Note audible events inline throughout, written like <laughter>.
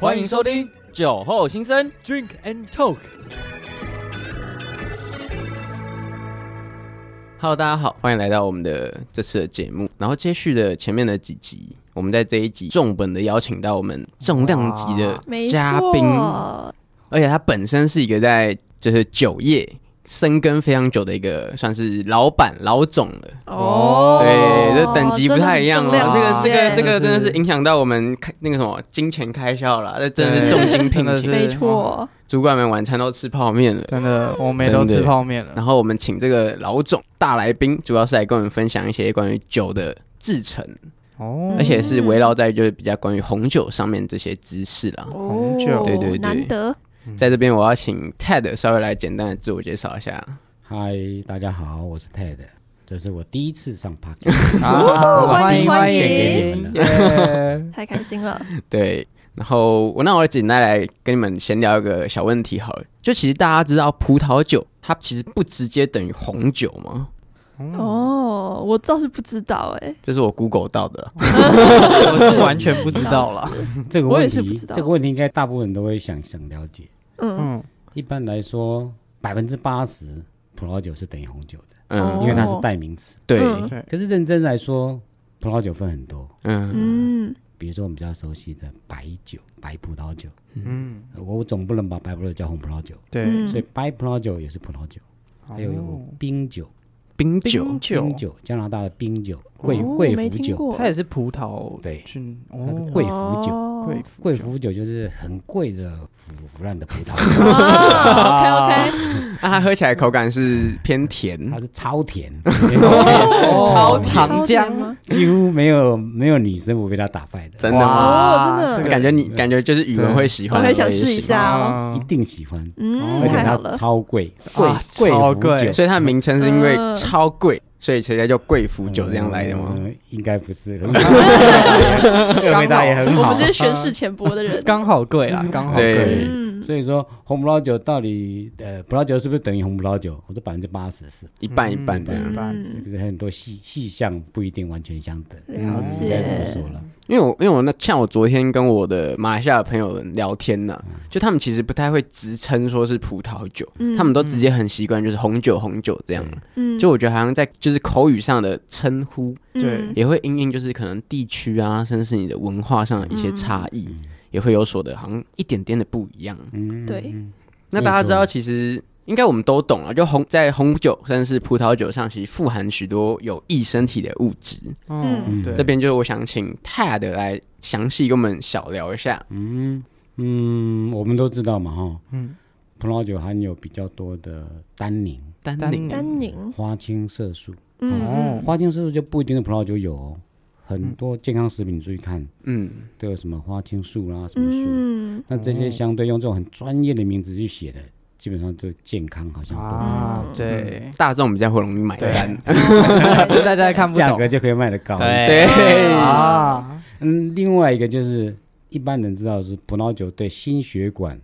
欢迎收听酒后心声。 Drink and Talk。 Hello，大家好，欢迎来到我们的这次的节目。然后接续的前面的几集，我们在这一集重本的邀请到我们重量级的没嘉错，宾，而且他本身是一个在就是酒业深耕非常久的一个算是老板老总了。哦，对，这等级不太一样真哦。的很重量啊这级个这耶个这个真的是是影响到我们开那个什么金钱开销了啦，这真的是重金聘真的请是。没错，主管们晚餐都吃泡面了。真的，我们也都真的吃泡面了。然后我们请这个老总大来宾，主要是来跟我们分享一些关于酒的制成，哦而且是围绕在就是比较关于红酒上面这些知识啦。红酒对对对难得在这边，我要请 Ted 稍微来简单的自我介绍一下。嗨，大家好，我是 Ted，这是我第一 <laughs> 次上 Podcast，啊欢迎欢迎献给你们了。耶太开心了，对，然后我那我简单来跟你们闲聊一个小问题好了，就其实大家知道葡萄酒它其实不直接等于红酒吗？哦，我倒是不知道哎，这是我 Google 到的啦，我是完全不知道了。这个我也问是不题，知道这个问题应该大部分人都会想想了解。嗯，嗯，一般来说，百分之八十葡萄酒是等于红酒的，嗯，哦因为它是代名词。对，嗯对可是认真来说，葡萄酒分很多，嗯，嗯，比如说我们比较熟悉的白酒、白葡萄酒，嗯，我总不能把白葡萄酒叫红葡萄酒，嗯对，所以白葡萄酒也是葡萄酒，还有冰酒、冰酒，哦冰酒冰，酒，加拿大的冰酒、贵哦贵没腐听酒，过它也是葡萄对菌它是哦，贵腐酒。哦贵贵腐酒就是很贵的腐腐烂的葡萄， <laughs> 啊，OK OK，那它喝起来口感是偏甜，它是超 <laughs> 甜，超糖浆吗？几乎没有没有女生不被它打败的，真的吗？哇哦真的这个感觉你感觉就是语文会喜欢我的类很型，想试一下哦，啊一定喜欢，嗯，哦而且太它好了，超贵，嗯贵啊贵超腐贵酒所以它的名称是因为嗯超贵，所以才叫贵腐酒这样来的吗？嗯应该不 <laughs> 是，很好这个回答也很我好们这。些宣誓浅薄的人，刚好贵啦，刚好对贵。嗯，所以说红葡萄酒到底呃葡萄酒是不是等于红葡萄酒？我说百分之八十是，一半一半这样。嗯就是很多细细项不一定完全相等，嗯了应该这么解，说了。因为我因为我那像我昨天跟我的马来西亚的朋友聊天呢、就他们其实不太会直称说是葡萄酒，嗯他们都直接很习惯就是红酒红酒这样。嗯就我觉得好像在就是口语上的称呼嗯也会因应就是可能地区啊，甚至是你的文化上的一些差异，也会有所的好像一点点的不一样。嗯，对那大家知道，其实应该我们都懂啊了，就红在红酒甚至是葡萄酒上，其实富含许多有益身体的物质。嗯，嗯对，这边就是我想请 Tad 来详细跟我们小聊一下。嗯嗯，我们都知道嘛，哈，嗯嗯，葡萄酒含有比较多的单宁、丹丹宁宁丹宁，花青色素，嗯，花青色素就不一定是葡萄酒有哦，很多健康食品你注意看嗯，都有什么花青素啦、什么素，嗯，那这些相对用这种很专业的名字去写的，基本上就健康好像都啊，嗯对，大众比较会容易买单。大家看不价懂格，就可以卖得高。对对，啊，嗯，另外一个就是一般人知道的是葡萄酒对心血管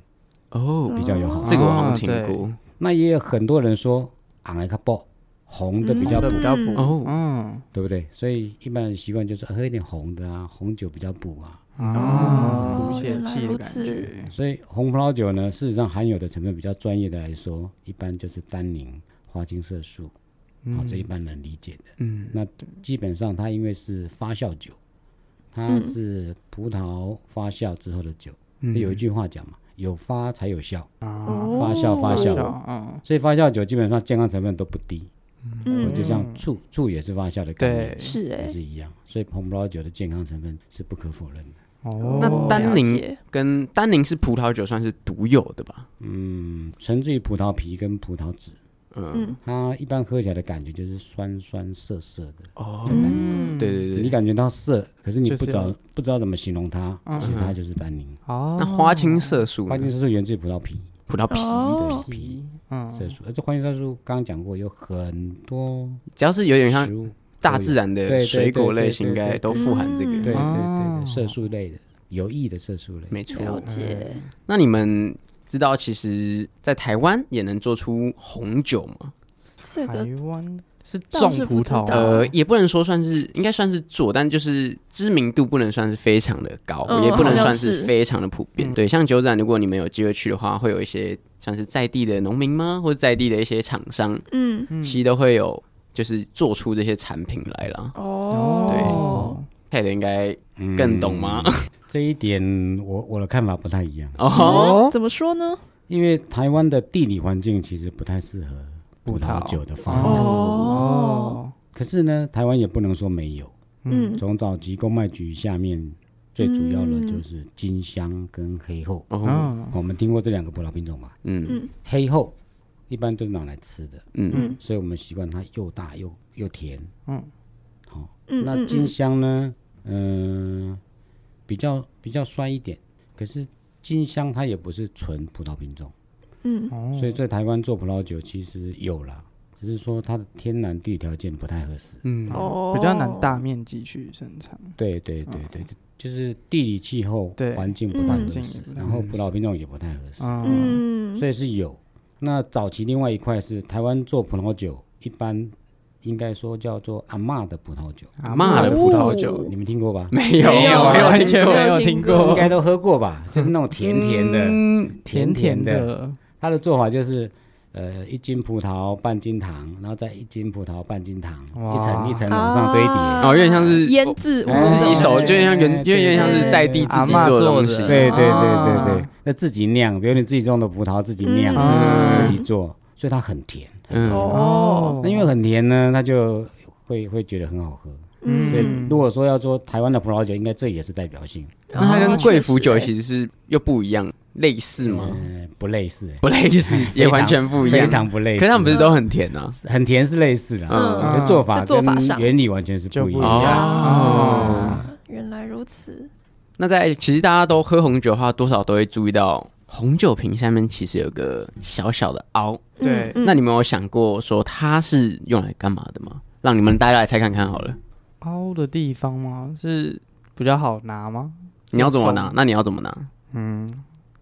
哦，比较有好处，这个我好像听过。那也有很多人说昂一个爆，红的比较红补的比较补，哦，嗯，对不对？所以一般人习惯就是喝一点红的啊，红酒比较补啊。啊，哦补血气的感原来觉，所以红葡萄酒呢，事实上含有的成分比较专业的来说，一般就是单宁、花青色素，好、这一般能理解的。嗯，那基本上它因为是发酵酒，它是葡萄发酵之后的酒，嗯有一句话讲嘛，有发才有效，发酵发酵。嗯，所以发酵酒基本上健康成分都不低，嗯，就像醋，醋也是发酵的概念对，，是也哎，是一样。所以红葡萄酒的健康成分是不可否认的。哦，那丹了宁解跟丹宁是葡萄酒算是独有的吧？嗯，纯粹葡萄皮跟葡萄籽，嗯，它一般喝起来的感觉就是酸酸涩涩的，哦，嗯，对对你对。感觉到涩，可是你就是不知道不知道怎么形容它，其实它就是单宁。哦那，花青色素呢花青色素源自于葡萄皮葡萄皮，哦，皮嗯，色素，而这花青色素刚刚讲过有很多只要是有点像食物，大自然对的对水果类对型，应对对该都富含这对个。对对哦对，色素类的有益的色素类，没了错。解，那你们知道，其实，在台湾也能做出红酒吗？这台个湾是倒种是不葡知萄，道呃，也不能说算是，应该算是做，但就是知名度不能算是非常的高，嗯也不能算好像是是非常的普遍。嗯对，像酒展，如果你们有机会去的话，会有一些像是在地的农民吗，或者在地的一些厂商，嗯，嗯其实都会有就是做出这些产品来啦。哦，泰的应该嗯更懂吗？这一点我我的看法不太一样，哦，嗯怎么说呢？因为台湾的地理环境其实不太适合葡萄酒的发展。哦，哦，可是呢，台湾也不能说没有。嗯，从早期公卖局下面最主要的就是金香跟黑后，哦，嗯我们听过这两个葡萄品种吧？嗯黑后一般都是拿来吃的，嗯所以我们习惯它又大又又甜。嗯，好、嗯那嗯金香呢？嗯、比较比较酸一点，可是金香它也不是纯葡萄品种，嗯，哦，所以在台湾做葡萄酒其实有啦，只是说它的天然地理条件不太合适。嗯，哦，比较难大面积去生产，对对对对，就是地理气候对环境不太嗯合适，然后葡萄品种也不太合适，嗯嗯，所以是有。那早期另外一块是台湾做葡萄酒，一般应该说叫做阿嬷的葡萄酒，啊骂的葡萄哦酒你们听过吧？没有没没有有完完全全没没有有听听过应过，该都喝过吧？就是那种甜甜的，嗯甜甜甜甜的的，它的做法就是。呃，一斤葡萄半斤糖，然后再一斤葡萄半斤糖，哇一层一层往上堆叠。啊哦，有点像是哦腌制，哎我自己手，哎就有点像原，就有点像是在地自己做的东西。阿嬷做的对对对对啊对，那自己酿，比如你自己种的葡萄自己酿，嗯自己做，所以它很甜。嗯，哦，那因为很甜呢，它就会会觉得很好喝。嗯所以如果说要说台湾的葡萄酒，应该这也是代表性，那它跟贵腐酒确实其实是又不一样，类似吗？嗯，不类似，不类似， <laughs> 也完全不一非样。常不类似。可是他们不是都很甜啊？很甜是类似啦，嗯可是做法在做法上跟原理完全是不一就不一样样。哦嗯啊原来如此，那在其实大家都喝红酒的话，多少都会注意到红酒瓶下面其实有个小小的凹。对嗯那你们有想过说它是用来干嘛的吗？让你们大家来猜看看好了。凹的地方吗？是比较好拿吗？你要怎么拿手？那你要怎么拿？嗯，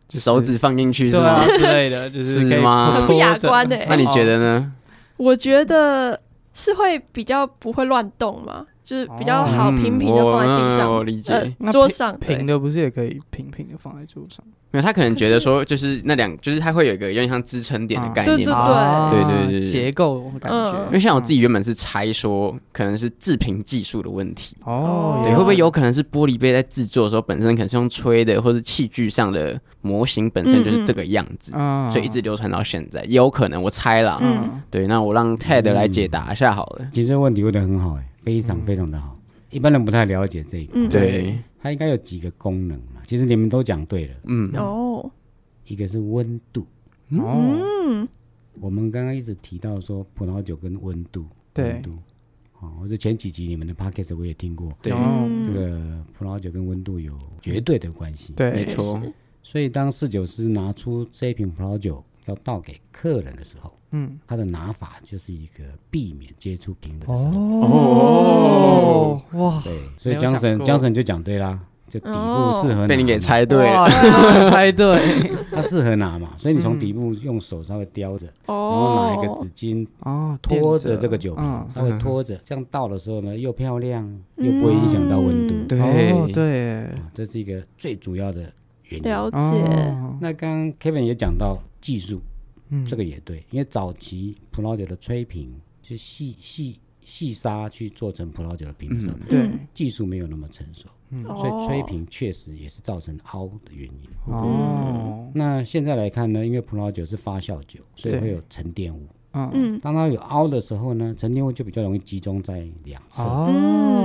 就是手指放进去是对吗啊？之类的，就是是可以哦吗拖很不雅着观哎。那你觉得呢？我觉得是会比较不会乱动嘛，就是比较哦好嗯平平的放在地我上，哦我理解。嗯呃，那桌平上对平的不是也可以平平的放在桌上？没有，他可能觉得说，就是那两，就是它会有一个有点像支撑点的概念。对啊对对对对结构感觉。嗯因为像我自己原本是猜说，可能是制瓶技术的问题，哦，对，哦会不会有可能是玻璃杯在制作的时候本身可能是用吹的，或是器具上的模型本身就是这个样子，嗯所以一直流传到现在，也有可能，我猜啦。嗯对，那我让 Ted 来解答一下好了。其实这个问题问的很好，哎，非常非常的好。一般人不太了解这一块，嗯对，它应该有几个功能嘛？其实你们都讲对了，嗯，哦，一个是温度，哦，嗯我们刚刚一直提到说葡萄酒跟温度，对温度，哦，我是前几集你们的 podcast 我也听过，对，嗯哦这嗯个葡萄酒跟温度有绝对的关系。，对，没错，所以当侍酒师拿出这一瓶葡萄酒要倒给客人的时候，嗯，他的拿法就是一个避免接触瓶子的时候。哦，哇，对，所没以有江想神过江神就讲对啦，就底部哦适合拿被你给嘛，猜对了。哇，猜对， <laughs> 它适合拿嘛，所以你从嗯底部用手稍微叼着，然后拿一个哦，纸巾 <laughs> 哦，拖着垫这个酒瓶，嗯稍微拖着，这样倒的时候呢，又漂亮，又不会影响到温度。嗯对哦，对，啊，这是一个最主要的原啊因。了解，哦，那刚刚 Kevin 也讲到技术，嗯这个也对，因为早期葡萄酒的吹瓶是细细细沙去做成葡萄酒的瓶嗯的时候，对，嗯技术没有那么成熟，嗯哦所以吹瓶确实也是造成凹的原因。哦，那现在来看呢，因为葡萄酒是发酵酒，所以对会有沉淀物。哦，嗯，嗯当它有凹的时候呢，沉淀物就比较容易集中在两侧，嗯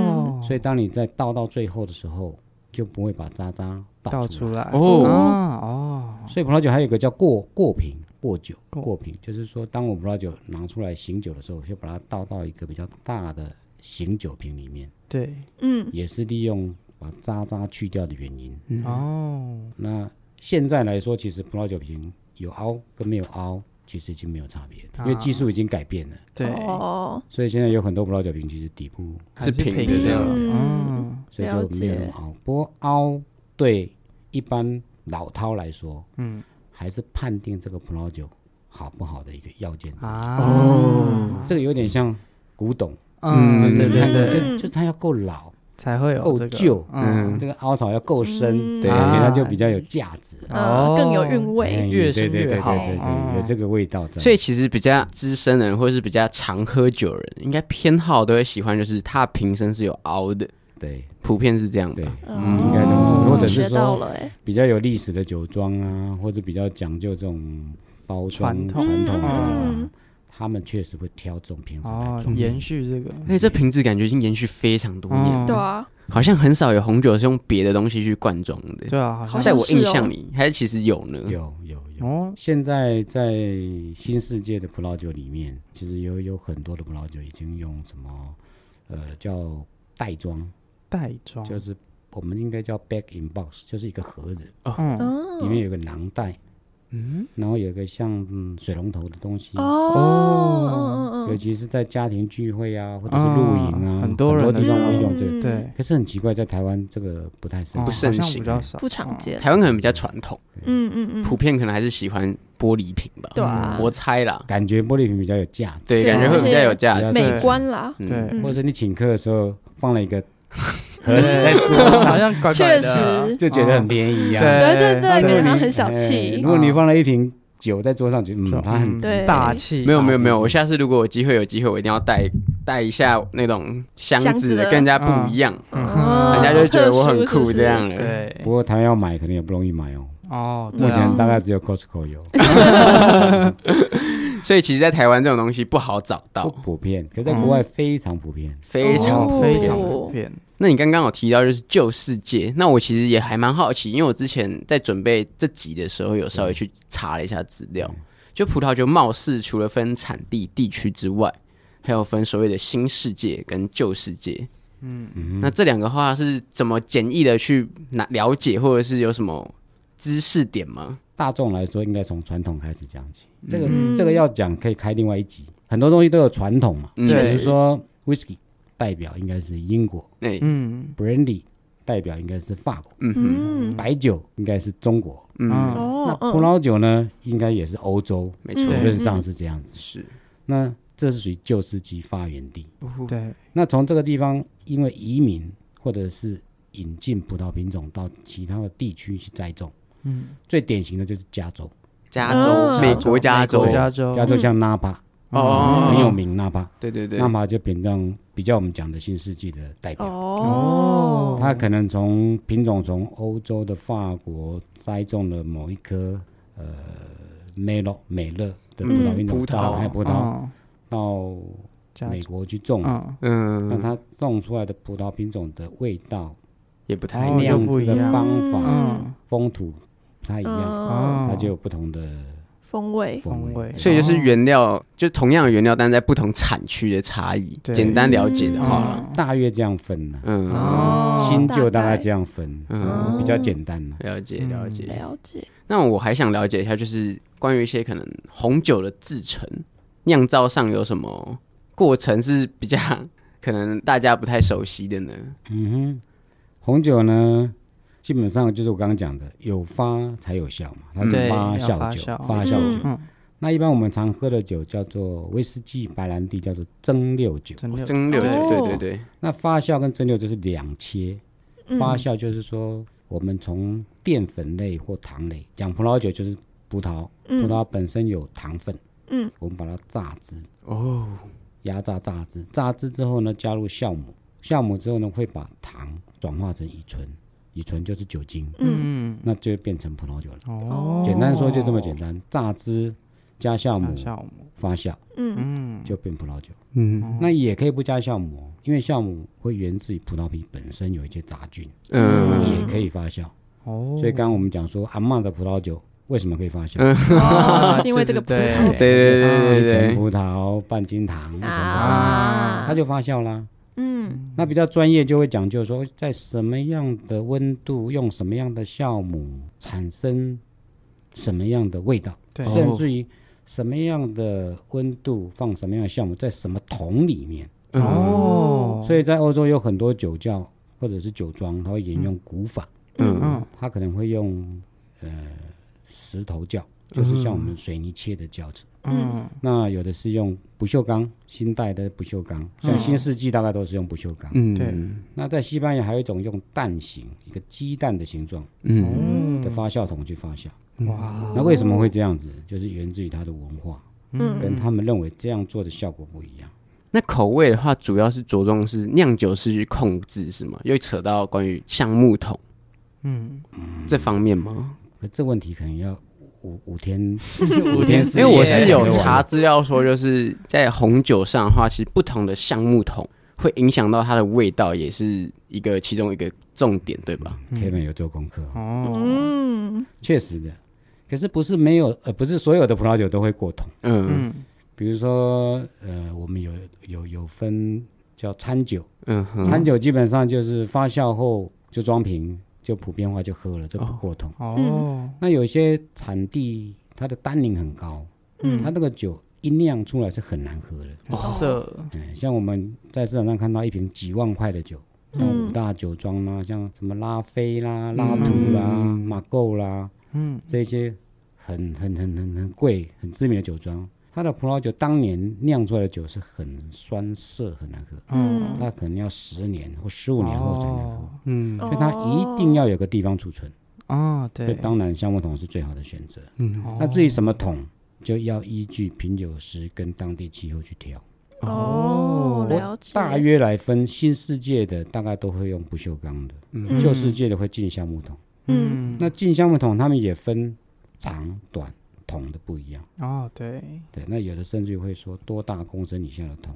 哦，所以当你在倒到最后的时候，就不会把渣渣倒倒出来。出来，哦啊哦，所以葡萄酒还有一个叫过过瓶、过酒、过过瓶，就是说，当我葡萄酒拿出来醒酒的时候，就把它倒到一个比较大的醒酒瓶里面，对，嗯也是利用把渣渣去掉的原因。哦，那现在来说，其实葡萄酒瓶有凹跟没有凹，其实已经没有差别，因为技术已经改变了，对，哦，所以现在有很多葡萄酒瓶其实底部，还是是平的平这样的，嗯嗯，所以就没有那么凹。不过凹对一般老饕来说，嗯，还是判定这个葡萄酒好不好的一个要件之一。啊，这个有点像古董，嗯，对对就对，嗯就它要够老、才会有够这个旧，嗯，啊这个凹槽要够深，嗯对感觉它就比较有价值。啊，更有韵哦哎味。越对深对对越对好对哦对，有这个味道在。所以其实比较资深的人，或者是比较常喝酒的人，应该偏好都会喜欢，就是它的瓶身是有凹的，对普遍是这样对的。，嗯应该这么说哦或者是学说到了哎，比较有历史的酒庄啊，或者比较讲究这种包传装统传统的嗯啊，他们确实会挑这种瓶子来哦，装。延续这个，而且这瓶子感觉已经延续非常多年，嗯对啊，好像很少有红酒是用别的东西去灌装的。对啊，好好在像像我是印哦象里，还是其实有呢。有有有，哦，现在在新世界的葡萄酒里面，其实有有很多的葡萄酒已经用什么呃叫袋装，袋装，就是我们应该叫 bag in box，就是一个盒子，嗯，里哦面有个囊袋，嗯，然后有一个像、嗯水龙头的东西。哦哦，嗯尤嗯其是在家庭聚会啊，或者是露营啊啊，很多人地方会嗯，用这个。嗯，对，可是很奇怪，在台湾这个不太盛哦不盛行。好像行比较少，不常哦见。台湾可能比较传统，嗯嗯嗯，普遍可能还是喜欢玻璃瓶吧。对啊我猜啦，感觉玻璃瓶比较有价值，对，对啊感觉会比较有价值。而且美观啦，嗯对， <laughs> 嗯或者你请客的时候放了一个盒子在桌对，好像嗯怪怪确的实，就觉得很便宜啊。对对对对，哎感觉他你很小哎气如。果你放了一瓶酒在桌上，就嗯，它很嗯值对大气，没有没有没有，对我下次如果有机会有机会，我一定要带带一下那种箱箱子子的，的跟人家不一样，哦人家就觉得我很特殊是不酷是这样了。对不过台湾要买可能也不容易买哦，哦，目对啊前大概只有 Costco 有，所以其实，在台湾这种东西不好找不到，普遍，可是在国外非常普遍。嗯非常哦非常普遍，那你刚刚有提到就是旧世界，那我其实也还蛮好奇，因为我之前在准备这集的时候，有稍微去查了一下资料，就葡萄酒貌似除了分产地地区之外，还有分所谓的新世界跟旧世界。嗯，那这两个话是怎么简易的去拿了解，或者是有什么知识点吗？大众来说，应该从传统开始讲起，这个嗯这个要讲可以开另外一集，很多东西都有传统嘛，嗯比确如实说 whisky 代表应该是英国哎、嗯，brandy 代表应该是法国，嗯哼，嗯，白酒应该是中国，嗯，嗯哦，葡萄酒呢应该也是欧洲，没理错，论上是这样子。是那这是属于旧世纪发源地。对，那从这个地方，因为移民或者是引进葡萄品种到其他的地区去栽种，嗯，最典型的就是加州，加哦州，美国加州国，家州加州像纳帕、哦很有名，纳帕，对对对，纳帕就品种比较我们讲的新世纪的代哦表。哦，它可能从品种从欧洲的法国栽种了某一颗呃美乐美乐的葡萄品种，嗯葡萄到哎葡萄哦到加美州，国去种，嗯，那嗯，它种出来的葡萄品种的味道、也不太哦一又样，酿不制一的样方法、嗯风土不太一样，嗯，哦，它就有不同的风味，风风味所以就是原料，就同样的原料，但在不同产区的差异。对简单了解的话，嗯大约这样分呢、嗯，哦新旧大大概概这样分，嗯比较简单呢、了解嗯了解。了解，那我还想了解一下，就是关于一些可能红酒的制成、酿造上有什么过程是比较可能大家不太熟悉的呢？嗯哼，红酒呢，基本上就是我刚刚讲的，有发才有效嘛，它是对发要发酵酒，酵发酵酒。嗯，嗯，那一般我们常喝的酒叫做威士忌、白兰地，叫做蒸馏酒。真的蒸馏酒，哦对对对，那发酵跟蒸馏就是两切，嗯发酵就是说我们从淀粉类或糖类，讲葡萄酒就是葡萄，葡萄本身有糖分，嗯，我们把它榨汁，哦，压榨榨汁，榨汁之后呢，加入酵母，酵母之后呢，会把糖转化成乙醇，乙醇就是酒精，嗯，嗯，那就变成葡萄酒了。哦，简单说就这么简单，榨汁加酵母酵母，发酵 <laughs> 嗯，就变葡萄酒。嗯那也可以不加酵母哦，因为酵母会源自于葡萄皮本身有一些杂菌，嗯也可以发酵。哦，所以刚刚我们讲说，阿曼的葡萄酒为什么可以发酵？ <laughs> 哦，是因为这个葡萄对对对一对层对，葡萄半斤糖，一层葡萄，啊，它就发酵啦。嗯那比较专业就会讲究说，在什么样的温度，用什么样的酵母产生什么样的味道，对甚至于什么样的温度放什么样的酵母在什么桶里面。哦，所以在欧洲有很多酒窖或者是酒庄，它会沿用古法，嗯嗯，它可能会用呃石头窖，就是像我们水泥切的窖子，嗯那有的是用不锈钢，新代的不锈钢，嗯像新世纪大概都是用不锈钢。嗯，对那在西班牙还有一种用蛋形，一个鸡蛋的形状嗯，的发酵桶去发酵。哇，那为什么会这样子？就是源自于它的文化，嗯，跟他们认为这样做的效果不一样。那口味的话，主要是着重是酿酒师去控制，是吗？又扯到关于橡木桶，嗯，这方面吗？可这问题可能要五 <laughs> 五天五天四因为我嗯是有查资料说，就是在红酒上的话，其实不同的橡木桶会影响到它的味道，也是一个其中一个重点，对吧？ Kevin 有做功课哦，哦，嗯确实的。可是不是没有，呃，不是所有的葡萄酒都会过桶。嗯嗯比如说，呃，我们有有有分叫餐酒，嗯餐哼，酒基本上就是发酵后就装瓶，就普遍化就喝了，这不过桶。哦，那有些产地它的单宁很高，嗯它那个酒一酿出来是很难喝的。哦色，嗯，像我们在市场上看到一瓶几万块的酒，嗯像五大酒庄啦、像什么拉菲啦、拉图啦、马购啦，嗯，这些很很很很很贵、很知名的酒庄，它的葡萄酒当年酿出来的酒是很酸涩、很难喝，嗯，它可能要十年或十五年后才能哦喝，嗯所以它一定要有个地方储存。啊，所以对，当然，橡木桶是最好的选择。嗯，哦那至于什么桶，就要依据品酒师跟当地气候去挑。哦，了解，大约来分，新世界的大概都会用不锈钢的，嗯旧世界的会进橡木桶。嗯那进橡木桶，他们也分长短桶的不一样。哦，对，对，那有的甚至会说多大公升以下的桶，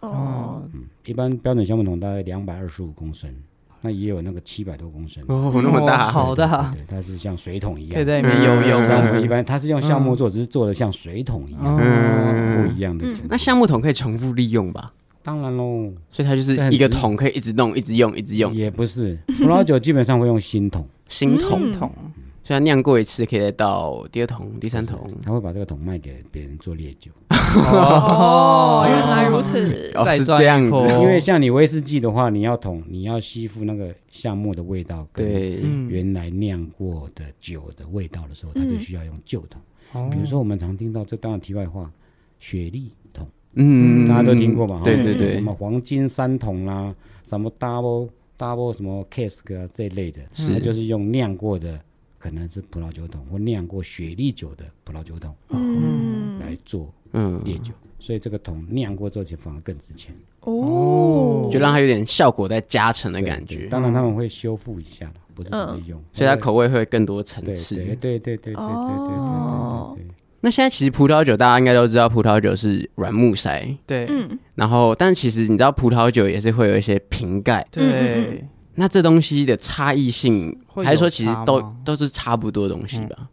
哦，一般标准橡木桶大概两百二十五公升，那也有那个七百多公升。哦，那么大，哇好大，对，它是像水桶一可以样。在里面游泳，像我们一般，它是用橡木做，只是做的像水桶一样，嗯不一样的结构。那橡木桶可以重复利用吧？当然喽，所以它就是一个桶可以一直弄、一直用、一直用，也不是葡萄酒基本上会用新桶，新桶，嗯桶，所以它酿过一次可以再倒第二桶、第三桶。他会把这个桶卖给别人做烈酒。哦，原来如此，哦，再是赚这一样口子，因为像你威士忌的话，你要桶，你要吸附那个橡木的味道，跟对，嗯，原来酿过的酒的味道的时候，它嗯就需要用旧桶。哦比如说，我们常听到，这当然题外话，雪莉桶，嗯大家都听过吧？对哈嗯对对什么黄金三桶啦、什么 double double 什么 cask 啊这一类的，是它就是用酿过的，可能是葡萄酒桶或酿过雪莉酒的葡萄酒桶嗯，来做嗯，烈酒，所以这个桶酿过之后就反而更值钱。哦，就让它有点效果在加成的感对觉，嗯当然他们会修复一下啦，不是直接用，所以它口味会更多层对对对次。对对对对对哦对对对那现在其实葡萄酒大家应该都知道，葡萄酒是软木塞，对嗯，然后但其实你知道葡萄酒也是会有一些瓶盖，嗯对，那这东西的差异性，会有还是说其实差都吗都是差不多的东西吧？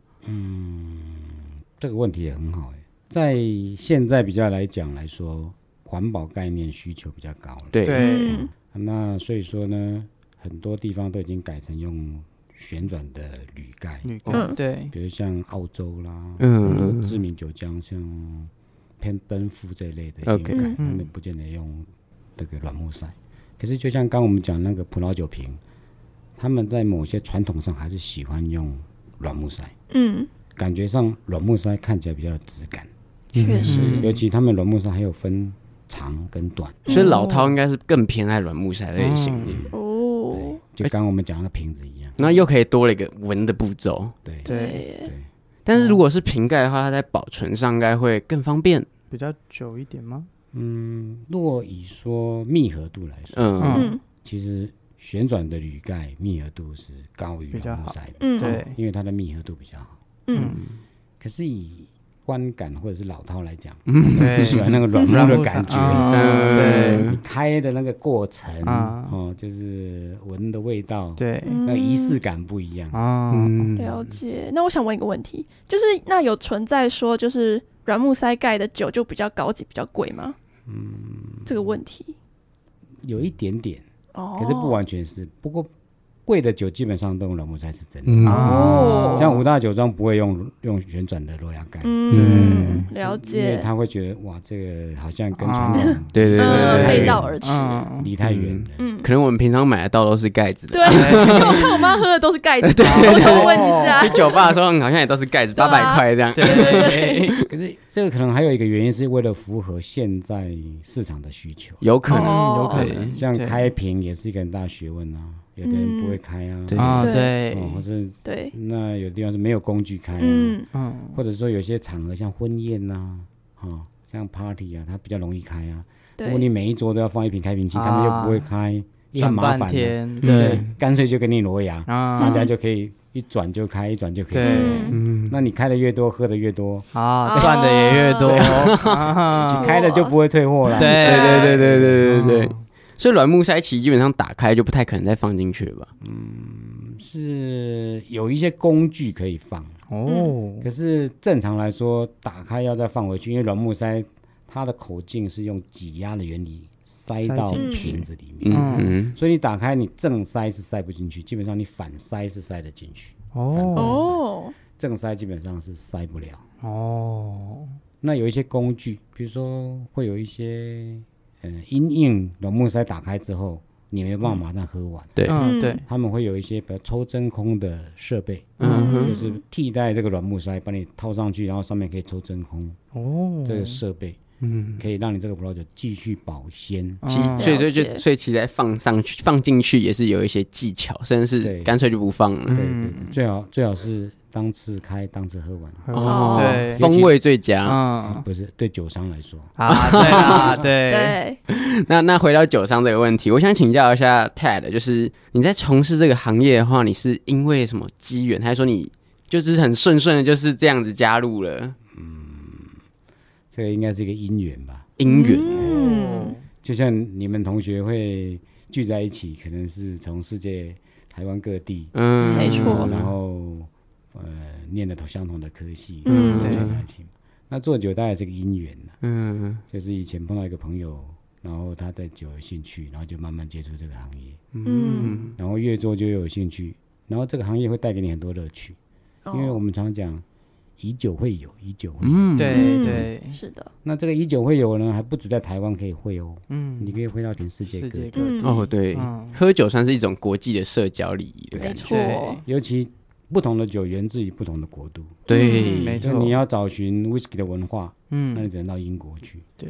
这个问题也很好哎，在现在比较来讲来说，环保概念需求比较高了，对，对，嗯，那所以说呢，很多地方都已经改成用旋转的铝盖，女嗯工，对，比如像澳洲啦，嗯很多知名酒浆像偏奔富这一类的已经 OK 改，嗯他们不见得用这个软木塞。可是就像刚我们讲那个葡萄酒瓶，他们在某些传统上还是喜欢用软木塞，嗯，感觉上软木塞看起来比较有质感，确嗯实，尤其他们软木塞还有分长跟短。所以老饕应该是更偏爱软木塞类型的，哦，就刚我们讲那个瓶子一样，那又可以多了一个闻的步骤。对，对，对，对但是如果是瓶盖的话，它在保存上应该会更方便。比较久一点吗？嗯，若以说密合度来说，嗯，嗯其实旋转的铝盖密合度是高于比较软木好塞的，嗯，对，因为它的密合度比较好。嗯，可是以观感或者是老饕来讲，对是喜欢那个软木然的后感才 <laughs> 觉，嗯啊对你开的那个过程，啊哦，就是闻的味道，对，那个仪式感不一样。啊，嗯了解。那我想问一个问题，就是那有存在说，就是软木塞盖的酒就比较高级、比较贵吗？嗯，这个问题有一点点，哦，可是不完全是。不过贵的酒基本上都用软木塞是真的，嗯，哦像五大酒庄不会用用旋转的洛阳盖，嗯，了因为解，他会觉得哇，这个好像跟传统对对对嗯，对背对道而驰，嗯，离太远了。嗯，可能我们平常买的到都是盖子的。 <laughs> 对，看我看我妈喝的都是盖子，我偷问一下去，酒吧的时候好像也都是盖子，啊对八百啊块这样。对对对，可是这个可能还有一个原因，是为了符合现在市场的需求。有可能。哦嗯有可对能，像开瓶也是一个很大学问啊，有的人不会开啊，对啊，对对，哦，或是对，那有地方是没有工具开啊，嗯，嗯，或者说有些场合像婚宴呐、啊，哦，像 party 啊，它比较容易开啊。如果你对，每一桌都要放一瓶开瓶器，他们又不会开，也很啊转麻半烦、啊。天，对嗯，干脆就给你挪牙，大啊，家就可以一转就开，一转就可以。 <laughs> 对嗯那你开的越多，喝的越多，啊，赚的也越多， <laughs> 啊开的就不会退货了。对对对对对对对对哦所以软木塞其实基本上打开就不太可能再放进去了吧？是有一些工具可以放，哦，可是正常来说，打开要再放回去，因为软木塞它的口径是用挤压的原理塞到塞进去瓶子里嗯面，嗯嗯，所以你打开你正塞是塞不进去，基本上你反塞是塞得进去，哦，哦，正塞基本上是塞不了。哦，那有一些工具，比如说会有一些呃因应软木塞打开之后，你没有办法马上喝完，对，嗯，对，他们会有一些比如抽真空的设备，嗯哼，就是替代这个软木塞，把你套上去，然后上面可以抽真空，哦，这个设备嗯，可以让你这个葡萄酒继续保鲜。其嗯所以所以了就解所以其实在放上去放进去也是有一些技巧，甚至是对干脆就不放嗯了。对对对，最好最好是当次开，当次喝完。哦对，风味最佳。嗯，不是对酒商来说，啊，对啊，对，对，那那回到酒商这个问题，我想请教一下 Ted，就是你在从事这个行业的话，你是因为什么机缘，还是说你就是很顺顺的就是这样子加入了这个应该是一个因缘吧。姻缘？嗯，就像你们同学会聚在一起，可能是从世界台湾各地，嗯，没错然后呃念的相同的科系，嗯聚在一起嘛。那做酒大概是个因缘呐，嗯就是以前碰到一个朋友，然后他对酒有兴趣，然后就慢慢接触这个行业，嗯，然后越做就越有兴趣，然后这个行业会带给你很多乐趣，哦嗯因哦为我们常讲以酒会友，以酒会友。嗯，对对，是的，那这个以酒会友呢，还不止在台湾可以会哦，嗯你，可以会到全世界世各界地。各地，哦对，嗯喝酒算是一种国际的社交礼仪的没感觉。错，对尤其不同的酒源自于不同的国度，对，没就错，你要找寻 whisky 的文化，那嗯你只能到英国去；对，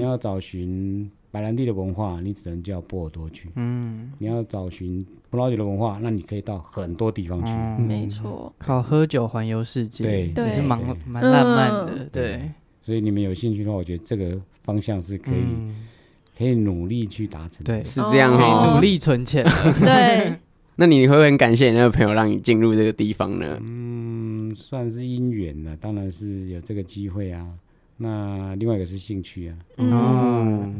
嗯，要找寻白兰地的文化，你只能叫波尔多去；嗯，你要找寻葡萄酒的文化，那你可以到很多地方去。嗯没错，靠喝酒环游世界，对对也是蛮对蛮浪漫的，对，所以你们有兴趣的话，我觉得这个方向是可以、嗯，可以努力去达成的。对，是这样可哦以努力存钱，对，那你会不会很感谢你那个朋友让你进入这个地方呢？嗯，算是因缘了，当然是有这个机会啊。那另外一个是兴趣啊，嗯哦，嗯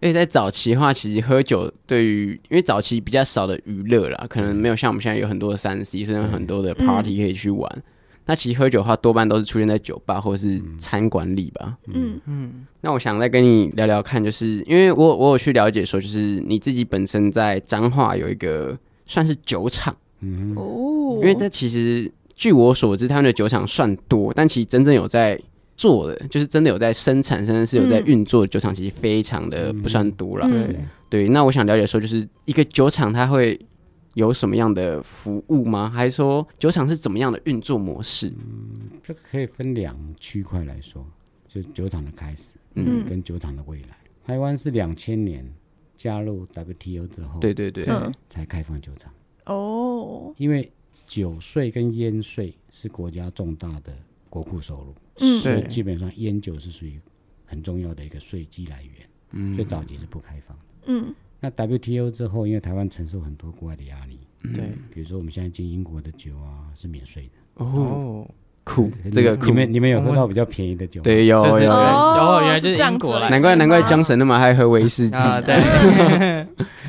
而且在早期的话，其实喝酒对于因为早期比较少的娱乐啦，可能没有像我们现在有很多的三 C，甚至很多的嗯 party 可以去玩。那其实喝酒的话，多半都是出现在酒吧或是餐馆里吧。嗯嗯那我想再跟你聊聊看，就是因为我我有去了解说，就是你自己本身在彰化有一个算是酒厂，嗯哼，哦，因为它其实据我所知，他们的酒厂算多，但其实真正有在做的，就是真的有在生产，甚至是有在嗯运作的酒厂，其实非常的不算多啦。嗯是对，那我想了解说，就是一个酒厂它会有什么样的服务吗？还是说酒厂是怎么样的运作模式？嗯这个可以分两区块来说，就是酒厂的开始，嗯跟酒厂的未来。台湾是两千年加入 WTO 之后，对对对，嗯才开放酒厂，哦，因为酒税跟烟税是国家重大的国库收入，嗯所以对基本上烟酒是属于很重要的一个税基来源，嗯所以早期是不开放的。嗯那 WTO 之后，因为台湾承受很多国外的压力，对，比如说我们现在进英国的酒啊是免税的，哦，哦，酷，这个你酷，们你们有喝到比较便宜的酒吗？对，有就有是有，哦，原来就这是样英子国来来的难怪难怪啊 Johnson 那么爱喝威士忌，啊， <laughs> 对，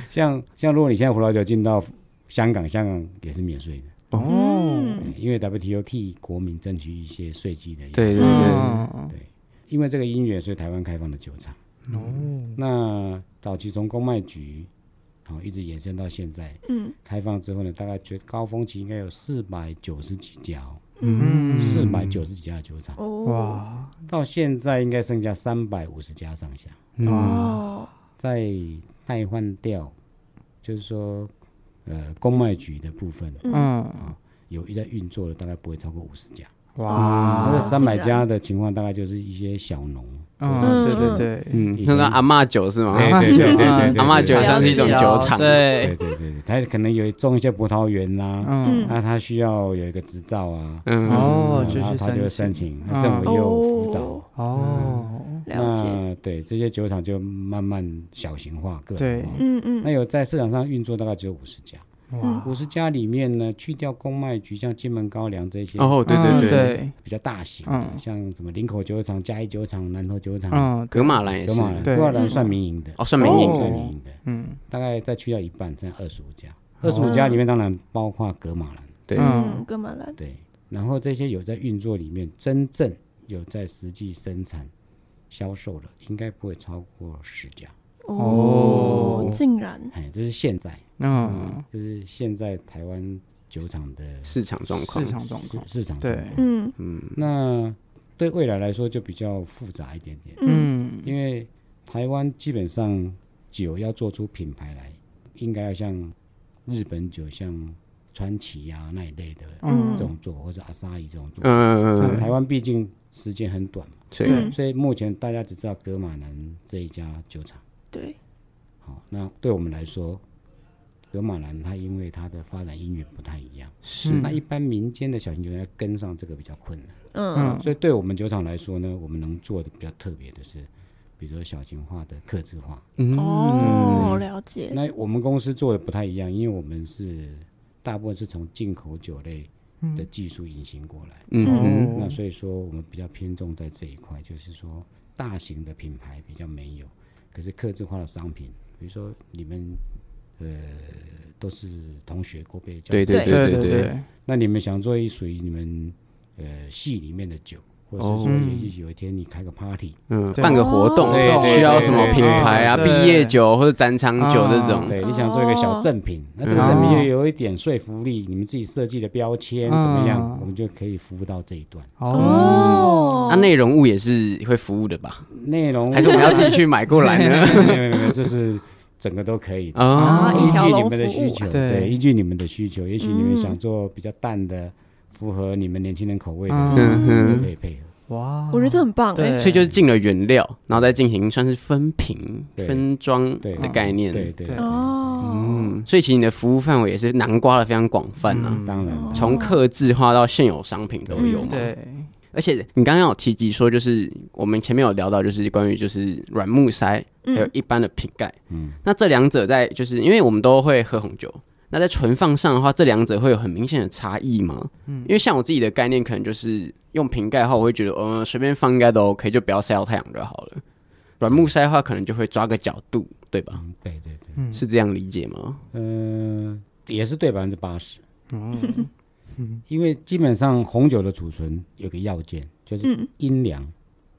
像像如果你现在葡萄酒进到香港，香港也是免税的，哦，嗯因为 WTO 替国民争取一些税基的。，对对对，嗯，因为这个因缘，所以台湾开放了酒厂。哦，那早期从公卖局好、一直延伸到现在。嗯开放之后呢，大概觉得高峰期应该有四百九十几家、哦，嗯，四百九十几家的酒厂，哦哇，到现在应该剩下三百五十家上下。哦，再汰换掉，就是说，呃，公卖局的部分嗯，有在运作的，大概不会超过五十家。哇，那这三百竟然家的情况，大概就是一些小农。嗯，对对对，嗯，以前那个阿嬷酒是吗？哎啊对是对对对吗对对阿嬷酒对像是一种了解酒厂，对，对对对对，他可能有种一些葡萄园啊啦、嗯，那他需要有一个执照啊，嗯，哦嗯，就然后去他就会申申请，嗯请，那政府也有辅导。哦哦，了解，那对这些酒厂就慢慢小型化、个对人化。嗯嗯，那有在市场上运作大概只有五十家，哇，五十家里面呢，去掉公卖局，像金门高粱这些，哦，对嗯对对，对，比较大型的，嗯像什么林口酒厂、嘉义酒厂、南投酒厂、嗯，格马兰也格是，马兰，对嗯格马兰啊算民营的，哦，算民营哦算民营的，嗯大概再去掉一半，剩二十五哦家。二十五家里面当然包括格马兰，对，嗯嗯，哥们来，对。然后这些有在运作里面真正有在实际生产、销售的，应该不会超过十家。哦哦，竟然，哎，这是现在，嗯，这是现在台湾酒厂的市场状况市，场状市况，市场状对况。嗯那对未来来说就比较复杂一点点。嗯嗯，因为台湾基本上酒要做出品牌来，应该要像日本酒、像川崎呀、那一类的这嗯种做，哦或者阿萨伊这种做。嗯嗯像嗯，台湾毕竟时间很短嘛，所以嗯所以目前大家只知道格马兰这一家酒厂。对，好，那对我们来说，格马兰它因为它的发展因缘不太一样，是那一般民间的小型酒厂要跟上这个比较困难。嗯所以对我们酒厂来说呢，我们能做的比较特别的是，比如说小型化的客制化。哦，了解，那我们公司做的不太一样，因为我们是大部分是从进口酒类的技术引进过来，嗯嗯那所以说我们比较偏重在这一块，就是说大型的品牌比较没有，可是客制化的商品，比如说你们呃都是同学过被教，对对对对对对对，对，那你们想做一属于你们呃系里面的酒，或者是说哦也许有一天你开个 party，、嗯，对哦办个活动对对对需要什么对对品牌啊，对毕业酒或者展场酒这嗯种，哦对，你想做一个小赠品，那这个赠品又有一点说服力，你们自己设计的标签怎么样嗯，我们就可以服务到这一段哦，哦啊那，内容物也是会服务的吧？内容。 <coughs> 还是我们要自己去买过来呢？ <laughs> 没有没有没有，这是整个都可以的。啊，啊依一条据你龙们的服务需求，啊对对，依据你们的需求，也许你们嗯想做比较淡的，符合你们年轻人口味的，嗯，嗯哼我们可以配合。哇，我觉得这很棒，哎对，所以就是进了原料，然后再进行算是分瓶、对分装对的概嗯念。对对对对，哎哦，嗯，所以其实你的服务范围也是囊括的非常广泛啊，当然从客制化到现有商品都有嘛。嗯对，而且你刚刚有提及说，就是我们前面有聊到，就是关于就是软木塞还有嗯一般的瓶盖，嗯那这两者在就是因为我们都会喝红酒，那在存放上的话，这两者会有很明显的差异吗？因为像我自己的概念，可能就是用瓶盖的话，我会觉得呃随便放应该都 OK，就不要晒到太阳就好了。软木塞的话，可能就会抓个角度，对吧？嗯，对对对，嗯是这样理解吗？嗯，也是对百分之八十。嗯因为基本上红酒的储存有个要件，就是嗯阴凉、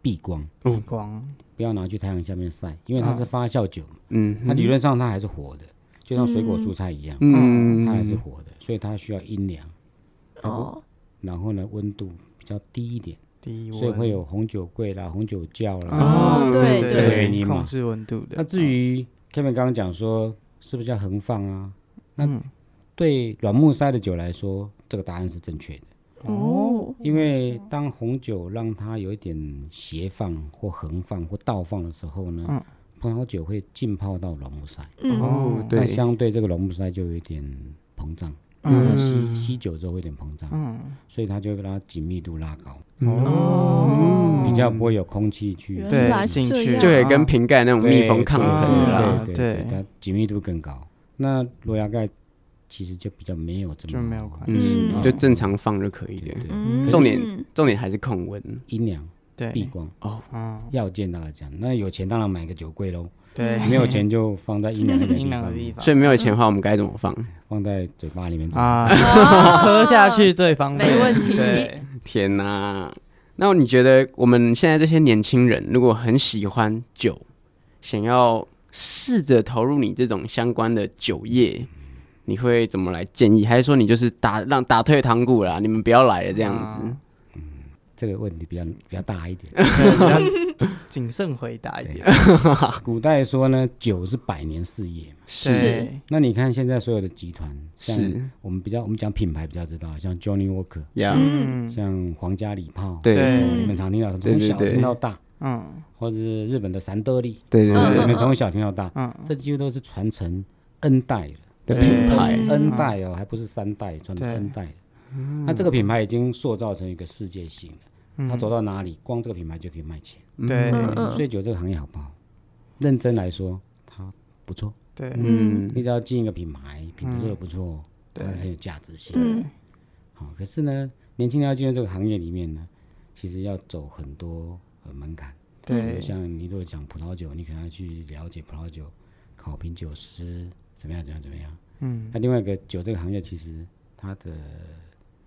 避光，光，不要拿去太阳下面晒，因为它是发酵酒，嗯它理论上它还是活的，就像水果嗯蔬菜一样，哦它还是嗯，活的，所以它需要阴凉，哦，然后呢温度比较低一点，低温，所以会有红酒柜啦、红酒窖啦。哦对对对啊嗯对，啊你嘛控制温度的，那至于 Kevin 刚刚讲说是不是叫横放啊？那嗯对软木塞的酒来说，这个答案是正确的。哦，嗯因为啊当红酒让它有一点斜放或横放或倒放的时候呢，嗯葡萄酒会浸泡到软木塞，嗯哦，那对，相对这个软木塞就有一点膨胀，它嗯吸吸酒之后会有点膨胀，嗯，所以它就会把它紧密度拉高，哦嗯比较不会有空气去原对来是进这去样就可以跟嗯瓶盖那种密封抗对衡了啦。对对对，它紧密度更高。那罗牙盖其实就比较没有这么就没有关系，嗯，就正常放就可以对了。对，嗯重点重点还是控温。阴凉对，避光嗯，要件大概这样。那有钱当然买个酒柜喽，对，没有钱就放在阴凉一点阴凉的方地方，所以没有钱的话，我们该怎么放？放在嘴巴里面怎么啊，哦喝下去最方便，没问题对，天哪、那你觉得我们现在这些年轻人，如果很喜欢酒，想要试着投入你这种相关的酒业，你会怎么来建议？还是说你就是打让打退堂鼓啦，你们不要来了这样子？啊这个问题比较比较大一点。可能比较谨慎回答一点。古代说呢，酒是百年事业嘛。是对，那你看现在所有的集团，像是我们比较我们讲品牌比较知道，像 Johnny Walker，呀，嗯，像皇家礼炮，对哦你们常听到，从对对小对听到大，嗯或者是日本的三得利，对对嗯你对们从小听到大，嗯，这几乎都是传承 N 代的对，对品牌嗯 N 代哦，还不是三代，传嗯承对 N 代的。那这个品牌已经塑造成一个世界性了，嗯它走到哪里，光这个品牌就可以卖钱。对嗯嗯所以酒这个行业好不好？认真来说，它不错。对嗯你只要进一个品牌，品牌做的不错，它对是很有价值性。嗯好，可是呢，年轻人要进入这个行业里面呢，其实要走很多呃门槛。对像你如果讲葡萄酒，你可能要去了解葡萄酒，考评酒师怎么样怎么样怎么样。嗯那另外一个酒这个行业，其实它的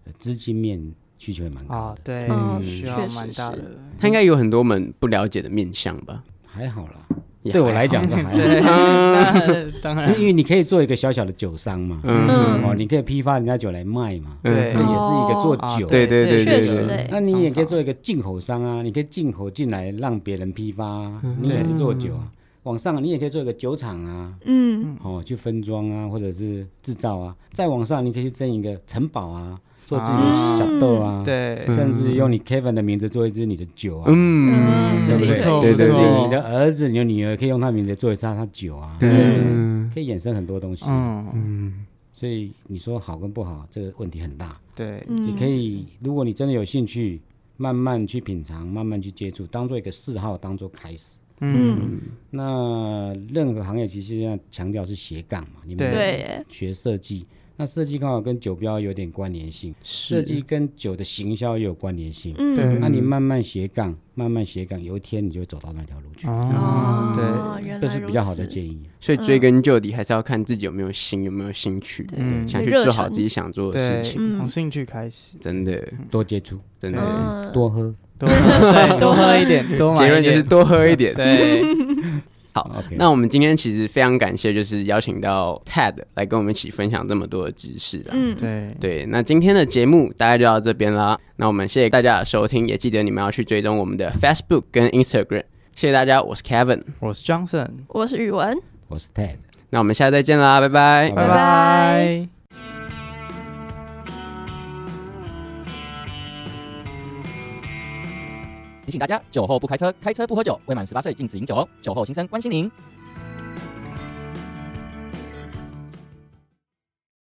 呃资金面需求也蛮高啊的，对嗯，需要确实蛮大的。他应该有很多我们不了解的面向吧？还好啦。也对我还来好讲是还好，对，那当然 <laughs> 因为你可以做一个小小的酒商嘛，嗯哦，你可以批发人家酒来卖嘛，嗯对这也是一个做啊酒。对对对这也确是实一个哎，那你也可以做一个进口商啊，你可以进口进来让别人批发、啊，嗯你也是做酒啊。往上你也可以做一个酒厂啊，嗯哦，去分装啊，或者是制造啊。再往上你可以去争一个城堡啊，做自己的小豆嗯啊，，对嗯哦甚至用你 Kevin 的名字做一支你的酒啊，嗯，嗯，对不对？没错甚至没错你的儿子、你的女儿可以用他名字做一下他酒啊，对嗯甚至可以衍生很多东西。嗯所以你说好跟不好，这个问题很大。对你嗯可以，如果你真的有兴趣，慢慢去品尝，慢慢去接触，当做一个嗜好，当做开始。嗯，那任何行业其实现在强调是斜杠嘛，你对们对哎耶，学设计，那设计刚好跟酒标有点关联性，设设计跟酒的行销也有关联性。嗯，那你慢慢斜杠，慢慢斜杠，有一天你就会走到那条路去，哦对哦，原这来是如比较好的此建议。所以追嗯根究底还是要看自己有没有心，有没有兴趣，嗯想去热做好忱自己想做的对，事情。嗯从兴趣开始，真的，多接触，真对的，嗯，多喝。多对多喝一点，多买结一论就是点多喝一点。 <laughs> 对，好 OK <laughs> 那我们今天其实非常感谢，就是邀请到 Ted 来跟我们一起分享这么多的知识啦。嗯，对对，那今天的节目大概就到这边啦。那我们谢谢大家的收听，也记得你们要去追踪我们的 Facebook 跟 Instagram。谢谢大家，我是 Kevin，我是 Johnson，我是宇文，我是 Ted。那我们下次再见啦，拜拜。拜拜拜拜。提醒大家，酒后不开车，开车不喝酒，未满十八岁禁止饮酒哦。酒后心生关心您。